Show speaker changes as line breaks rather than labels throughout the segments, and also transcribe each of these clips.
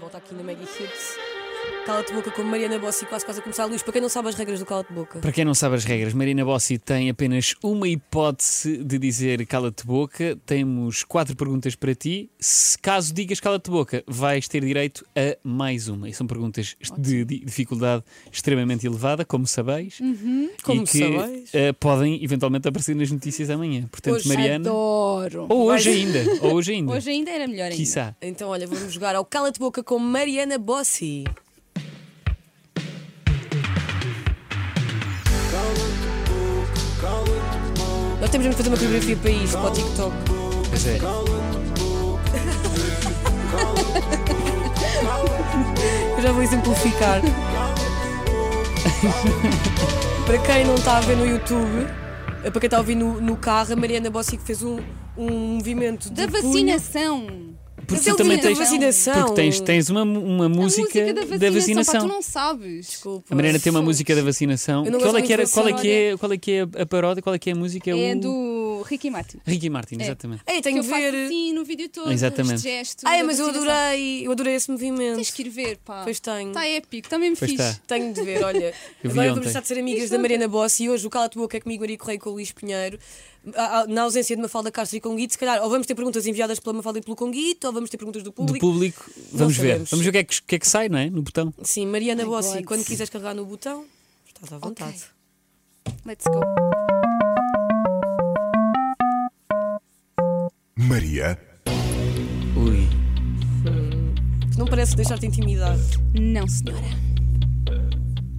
volta aqui na Maggie Hits. Cala-te boca com Mariana Bossi, quase quase a começar a luz. Para quem não sabe as regras do cala-te boca,
Para quem não sabe as regras, Marina Bossi tem apenas uma hipótese de dizer cala-te boca. Temos quatro perguntas para ti. Se caso digas cala-te boca, vais ter direito a mais uma. E são perguntas de, di- dificuldade extremamente elevada, como sabeis.
Uhum.
como
e que
sabeis.
eh, podem eventualmente aparecer nas notícias amanhã. Portanto,
Hoje
Mariana.
Adoro.
Ou hoje ainda. Ou hoje ainda.
Hoje ainda era melhor ainda.
Quiçá.
Então, olha, vamos jogar ao Cala-te Boca com Mariana Bossi. Nós temos mesmo de fazer uma coreografia para isto, para o TikTok.
Pois é.
Eu já vou exemplificar. para quem não está a ver no YouTube, é para quem está a ouvir no, no carro, a Mariana Bossi que fez um, um movimento de
Da
punho.
vacinação. é
Porque
Mas
tu também
ele dizia
tens.
da vacinação.
Porque tens, tens uma, uma
Então, A
música,
música da vacinação.
vacinação.
Pá, tu não sabes.
Desculpa.
A Mariana tem uma
Pois.
música da vacinação.
Eu não
Qual
gosto
é, que era,
muito
qual, é
dessa
que é, qual é que é a paródia? Qual é que é a música?
É
o...
do Ricky Martin.
Ricky Martin,
É.
exatamente.
Ei,
que
tenho
eu
de
faço
ver.
assim no vídeo todo.
Exatamente.
Este gesto.
Ai,
da
mas eu
vacinação.
adorei, eu adorei esse movimento.
Tens que ir ver, pá.
Pois tenho.
Está épico, também me
Pois tá.
fiz.
está.
Tenho de ver, olha.
Eu vi
Agora
ontem.
vamos deixar de ser amigas
Isto
da
ontem.
Mariana Bossi e hoje o Cala-te Boca é comigo, Ari Correia e com o Luís Pinheiro. Ah, ah, Na ausência de Mafalda Castro e Conguito, se calhar, ou vamos ter perguntas enviadas pela Mafalda e pelo Conguito, ou vamos ter perguntas do
Do
público.
público, vamos ver.
sabemos.
Vamos ver o que é que, o que é que sai, não é? No botão.
Sim, Mariana
Ai,
Bossi,
God.
quando quiseres carregar no botão, estás à vontade.
Let's go.
Maria,
Ui.
Não parece deixar-te intimidar,
Não, senhora.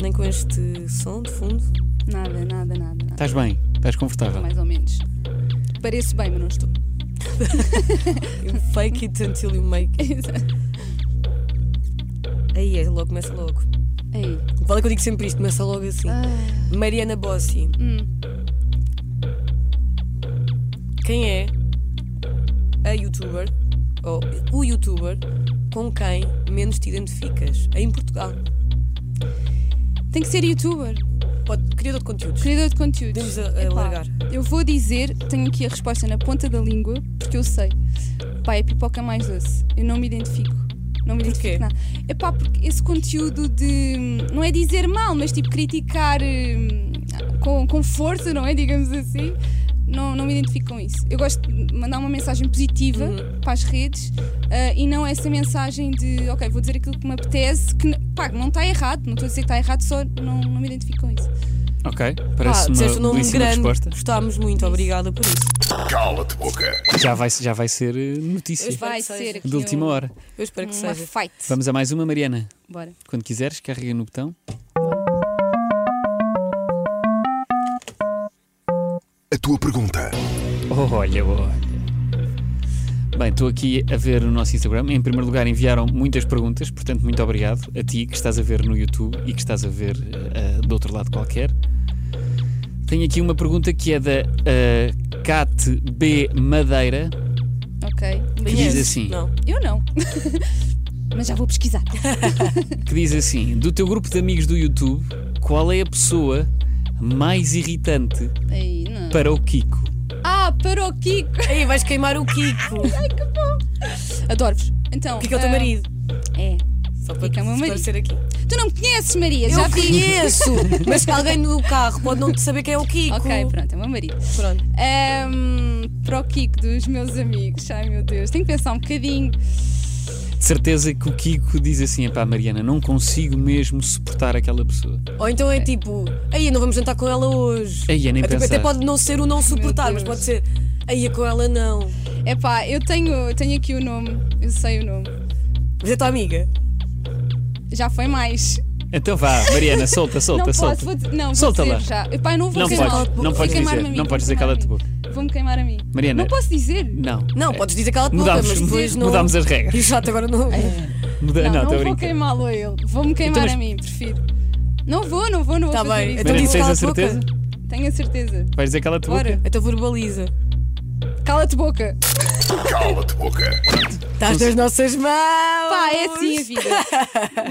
nem com este som de fundo.
Nada, nada, nada. nada.
Estás bem, estás confortável.
Mais ou menos. Pareço bem, mas não estou.
You fake it until you make it. Aí é, logo, começa logo.
Ei.
Vale que eu digo sempre isto, começa logo assim.
Ah,
Mariana Bossi.
hum.
quem é a youtuber ou o youtuber com quem menos te identificas em Portugal.
Tem que ser youtuber.
Pode, criador de conteúdos.
Criador de conteúdos.
Podemos a-
Epá,
alargar.
Eu vou dizer, tenho aqui a resposta na ponta da língua, porque eu sei. Pá, é pipoca mais doce. Eu não me identifico. Não me
Porquê?
identifico nada. É pá, porque esse conteúdo de. Não é dizer mal, mas tipo criticar hum, com, com força, não é? Digamos assim. Não, não me identifico com isso. Eu gosto de mandar uma mensagem positiva
Uhum.
para as redes ah, e não essa mensagem de, ok, vou dizer aquilo que me apetece, que n- pá, não está errado, não estou a dizer que está errado, só não, não me identifico com isso.
Ok, parece
Pá, disseste um
uma
nome
belíssima
grande.
resposta.
Gostámos muito, obrigada por isso.
cala-te boca.
Já vai, já vai ser eh,
Eu
notícia
espero
Vai
que seja.
ser aqui
de última
um-
hora.
Eu espero que
uma
seja.
fight.
Vamos a mais uma, Mariana.
Bora.
Quando quiseres, carrega no botão.
A tua pergunta.
Olha, olha. Bem, estou aqui a ver o nosso Instagram. Em primeiro lugar, enviaram muitas perguntas, portanto, muito obrigado a ti que estás a ver no YouTube e que estás a ver eh, eh, do outro lado qualquer. Tenho aqui uma pergunta que é da eh, Cat B Madeira.
Ok.
Que diz assim.
é Não.
Eu não. Mas já vou pesquisar.
que diz assim: Do teu grupo de amigos do YouTube, qual é a pessoa mais irritante
Aí, não.
para o Kiko?
Ah, para o Kiko.
Aí vais queimar o Kiko. O
Adoro-vos. Então.
Kiko é o teu
ah,
marido.
É.
Só
Kiko é o meu marido.
esclarecer aqui.
Tu não me conheces, Maria?
Eu
já vi.
conheço, mas que alguém no carro pode não saber quem é o Kiko.
Ok, pronto, é o meu marido.
Pronto.
Ahm, para o Kiko dos meus amigos. Ai meu Deus, tenho que pensar um bocadinho.
De certeza que o Kiko diz assim: Epá, Mariana, não consigo mesmo suportar aquela pessoa.
Ou então é tipo, aí não vamos jantar com ela hoje.
Aí é nem
até, até
pensar.
pode não ser o não suportar, mas
Deus.
pode ser, aí é com ela não.
É pá, eu tenho, eu tenho aqui o nome. Eu sei o nome.
Mas é tua amiga.
Já foi mais.
Então vá, Mariana, solta, solta,
não
solta.
posso, vou dizer. Não, vou
Solta lá.
dizer já. Epá, eu não vou
Não
queimar.
podes,
Vou-
não
vou
podes
queimar-me
dizer,
a mim,
não
vou
podes dizer
queimar-me
cala-te
a mim. Vou-me queimar a mim.
Mariana.
Não posso dizer.
Não.
Não,
É,
podes dizer cala-te boca,
Mudámos-
mas depois não.
mudámos as regras.
E chato, agora não.
É.
Muda- não,
Não,
estou
não,
a
vou
brincar.
queimá-lo a ele. Vou-me queimar
mas-
a mim, prefiro. Não vou, não vou, não vou
Tá
fazer
bem,
isso.
então
Mariana,
diz
tens a
cala-te boca.
certeza?
Tenho a certeza.
Vais dizer cala-te boca?
Bora.
Então verbaliza.
Cala-te boca.
Cala-te boca.
Estás nas nossas mãos!
Pá, é assim a vida.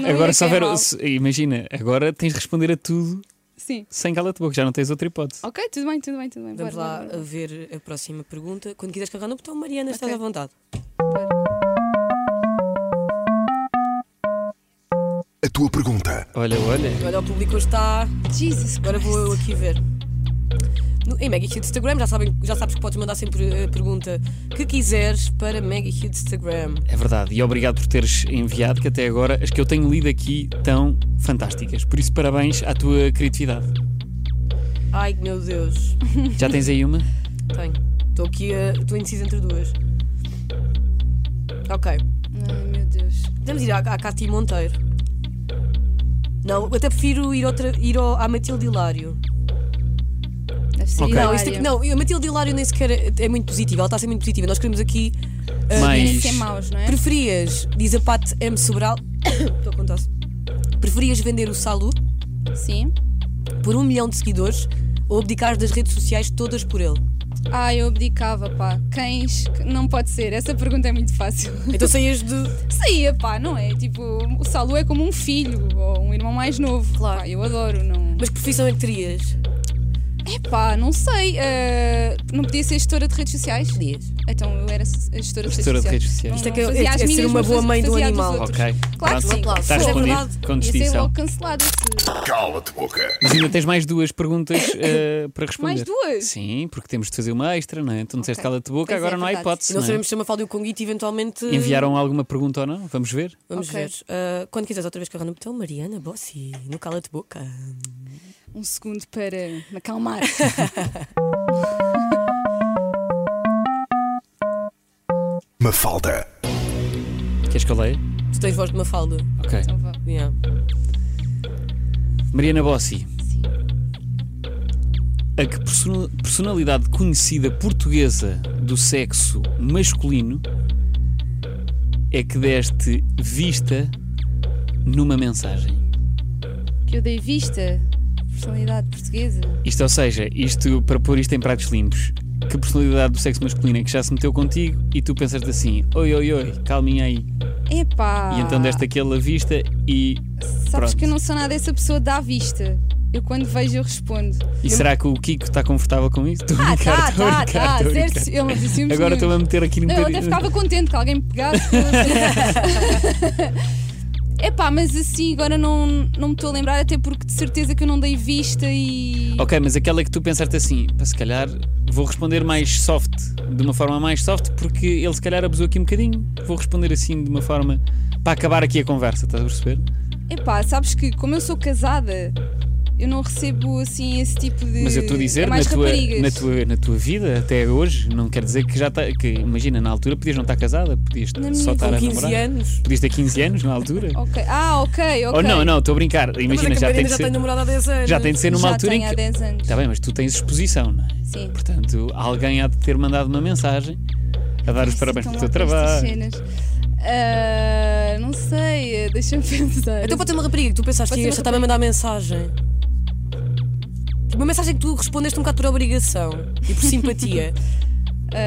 Não
Agora,
ia
se houver.
queimá-lo.
se- Imagina, agora tens de responder a tudo
Sim.
sem cala-te boca, já não tens outra hipótese.
Ok, tudo bem, tudo bem, tudo bem.
Vamos
Bora,
lá
bora,
a ver a próxima pergunta. Quando quiseres carregar no botão, Mariana, estás
Ok.
à vontade.
bora, bora.
tua pergunta.
Olha, olha.
Olha, o público hoje está.
Jesus
Agora vou eu
Christ.
aqui ver. No, em Maggie Hughes Instagram, já, sabem, já sabes que podes mandar sempre a pergunta que quiseres para Maggie Hughes Instagram.
É verdade, e obrigado por teres enviado, que até agora as que eu tenho lido aqui estão fantásticas. Por isso, parabéns à tua criatividade.
Ai meu Deus.
Já tens aí uma?
Tenho. Estou aqui, a- estou indecisa entre duas. Ok.
Ai meu Deus.
Podemos ir à, à Cátia Monteiro. Não, eu até prefiro ir, outra, ir ao, à Matilde Hilário.
Deve ser
Ok.
Não,
hilário.
isto aqui, não, a Matilde Hilário nem sequer é, é muito positiva, ela está a ser muito positiva. Nós queremos aqui. ah,
Mas-
Devem ser maus, não é?
Preferias, diz a Pat M. Sobral. Estou a contar Preferias vender o Salu
Sim.
por um milhão de seguidores ou abdicar das redes sociais todas por ele?
Ah, eu abdicava, pá. Cães, que- não pode ser. Essa pergunta é muito fácil.
Então saías de.
Saía, pá, não é? Tipo, o Salu é como um filho ou um irmão mais novo. Claro. eu adoro, não.
Mas que profissão é que terias?
Pá, não sei. eh, não podia ser gestora de redes sociais?
Podias.
Então eu era s- a gestora,
Gestora
de
de
redes
redes sociais.
sociais.
Isto é que é-
Não, fazia
é
as
ser
minhas,
uma
mas
boa mãe do
fazia a dos
animal.
outros.
Ok.
Claro que sim.
Pronto,
Está
Sim, é
respondido.
verdade.
Com
Ia ser
distinção.
logo cancelado esse.
Cala-te boca.
Mas ainda tens mais duas perguntas eh, para responder.
Mais duas?
Sim, porque temos de fazer uma extra, não é? Tu não disseste
Ok.
cala-te boca,
Pois é,
agora não há
verdade.
E
hipótese.
não
não é?
sabemos se a Mafalda e o Conguito eventualmente.
Enviaram alguma pergunta ou não? Vamos ver.
Vamos
Ok.
ver. Ah, quando quiseres outra vez carrar no botão, Mariana Bossi, no cala-te boca.
Um segundo para me acalmar.
Mafalda.
Queres que eu leia?
Tu tens voz de Mafalda.
Ok.
Então vá.
Yeah.
Mariana Bossi.
Sim.
A que perso- personalidade conhecida portuguesa do sexo masculino é que deste vista numa mensagem?
Que eu dei vista. Personalidade portuguesa.
Isto, ou seja, isto para pôr isto em pratos limpos, que personalidade do sexo masculino é que já se meteu contigo e tu pensaste assim, oi, oi, oi, calminha aí.
Epá.
E então deste aquela vista e.
Sabes
Pronto.
que Ah. eu não sou nada essa pessoa da vista. Eu quando vejo eu respondo.
E será que o Kiko está confortável com isso? Estou a
Ah,
brincar,
tá,
estou a
tá,
brincar,
tá.
estou a
Zero,
brincar.
eu não disse ciúmes
Agora
nenhum.
estou a meter aqui um no
Não, eu até ficava contente que alguém me pegasse. É pá, mas assim, agora não, não me estou a lembrar, até porque de certeza que eu não dei vista e.
Ok, mas aquela que tu pensaste assim, pá, se calhar vou responder mais soft, de uma forma mais soft, porque ele se calhar abusou aqui um bocadinho. Vou responder assim de uma forma para acabar aqui a conversa, estás a perceber?
É pá, sabes que como eu sou casada, eu não recebo assim esse tipo de.
Mas eu estou a
é
dizer, na,
mais
tua,
raparigas.
na, tua, na tua vida até hoje, não quer dizer que já está. Que, imagina, na altura podias não estar casada, podias
minha-
só estar
Com
a
15
namorar.
anos.
Podias ter 15 anos na altura.
Ok. Ah, ok, ok.
Ou Oh, não, não, estou a brincar. Imagina,
Mas é a
já tem,
Catarina já
de
tá
ser,
tem namorado há 10 anos.
já tem de ser numa
Já
altura
tenho
em
há
que. Tá.
10 anos.
Está bem, mas tu tens exposição, não é?
Sim.
Portanto, alguém há de ter mandado uma mensagem a dar os parabéns pelo
Estão
teu
lá com estas
trabalho.
cenas. Ah, não sei, deixa-me pensar.
Então pode ter uma rapariga que tu pensaste que
Pode ser
ia
uma
já está a mandar mensagem. Tipo, Uma mensagem que tu respondeste um bocado por obrigação e por simpatia.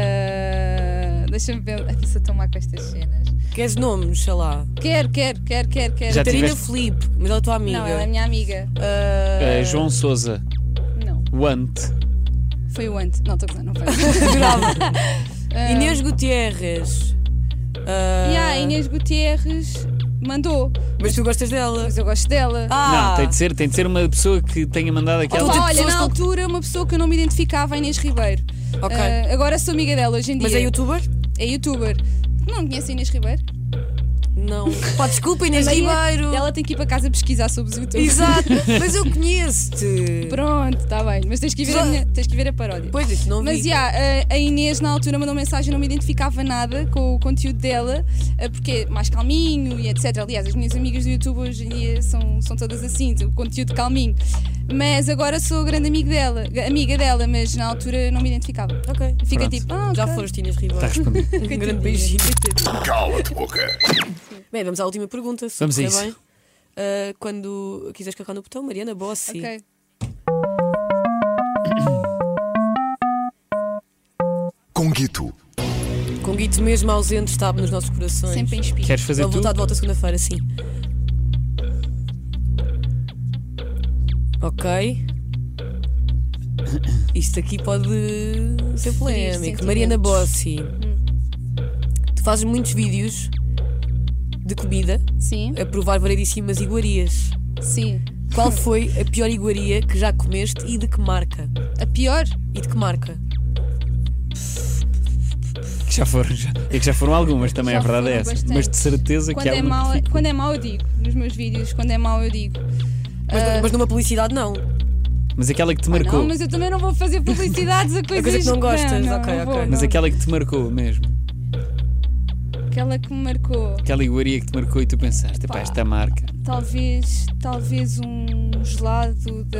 Ah, deixa-me pensar. Ai, sou tão má com estas cenas.
Queres nomes, sei lá.
Quero, quero, quero, quero, quero.
Já
Catarina
tiveste-
Felipe, mas ela é tua amiga.
Não, ela é minha amiga.
Ah,
Eh, João Souza,
Não.
Want.
Foi o Ant. Não, estou a gozar, não foi. Ah,
Adorava. Inês Gutierrez. Ah,
e a Inês Gutierrez mandou.
Mas tu gostas dela.
Mas eu gosto dela.
Ah,
Não, tem de, ser, tem de ser uma pessoa que tenha mandado aquela.
Ou tu-
Pá, olha,
pessoas
na
com-
altura, uma pessoa que eu não me identificava, a Inês Ribeiro.
Ok.
Ah, agora sou amiga dela hoje em dia.
mas é youtuber?
É youtuber. Não conheço a Inês Ribeiro?
Não. Pá, desculpa, Inês
Também é-
Ribeiro.
Ela tem que ir para casa pesquisar sobre os youtubers.
Exato, mas eu conheço-te.
Pronto, está bem. Mas tens que ir ver a, minha- tens que ir ver a paródia.
Pois, isso não
Mas
vi.
já, a- a Inês na altura mandou mensagem, não me identificava nada com o conteúdo dela, eh, porque é mais calminho e etc. Aliás, as minhas amigas do YouTube hoje em dia são, são todas assim, o conteúdo calminho. Mas agora sou grande amigo dela, amiga dela, mas na altura não me identificava.
Ok.
Fica
Pronto.
tipo, ah,
Já
ok.
foste, Inês
Está
Ribeiro.
respondido.
Um grande beijinho.
Cala-te boca.
Bem, vamos à última pergunta. se
Vamos a
correr
isso.
bem. Ah, quando quiseres carregar no botão, Mariana Bossi.
Ok.
Conguito.
Com Guito mesmo ausente, está nos nossos corações.
Sempre em espírito.
Queres fazer
Vou
tu?
voltar de volta segunda-feira, sim. Ok. Isto aqui pode ser polémico.
sentimentos.
Mariana Bossi, tu fazes muitos vídeos de comida
Sim,
a provar variedíssimas iguarias.
sim.
Qual foi a pior iguaria que já comeste e de que marca?
A pior?
E de que marca?
Que já foram, já, é que já foram algumas, também
Já
a verdade é
foram
essa.
bastantes.
Mas de certeza
Quando
que há
é,
uma
mau,
que fica-
quando é mau, eu digo. Nos meus vídeos, quando é mau, eu digo.
Mas,
Ah,
mas numa publicidade, não.
Mas aquela que te marcou.
Não, é mas eu também não vou fazer publicidades a coisas
É coisa que não gostas,
não,
ok,
não
ok.
vou,
Mas
não.
aquela que te marcou mesmo.
Aquela que me marcou.
Aquela iguaria que te marcou e tu pensaste, pá,
Pá.
esta marca.
Talvez, talvez um gelado da,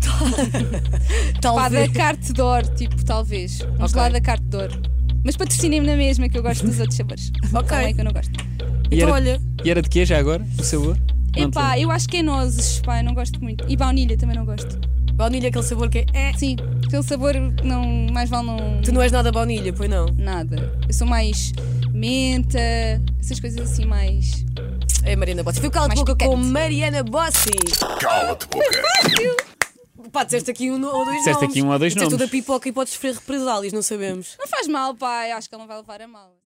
pá, da
Talvez.
Carte de Or, tipo, talvez. Um
Ok.
gelado da Carte de Or. Mas patrocinem-me na mesma, que eu gosto dos outros sabores.
Ok.
Também que eu não gosto.
E
Então,
era,
olha,
e era de quê já agora? O sabor? Não te
Epá, eu acho que é nozes, pá, eu não gosto muito. E baunilha também não gosto.
baunilha é aquele sabor que é. "Eh".
Sim, aquele sabor não, mais vale não.
Tu não é- és nada baunilha, pois não?
Nada. Eu sou mais menta, essas coisas assim mais.
É Mariana Bossi. Fui cala a
Mais
boca com
picante.
Mariana Bossi.
Cala-te boca.
Pá, disseste aqui um ou dois
Disseste
nomes.
aqui um ou dois
Disseste
nomes.
tudo a pipoca e podes sofrer represálias, não sabemos.
Não faz mal, pá, eu acho que ele não vai levar a mal.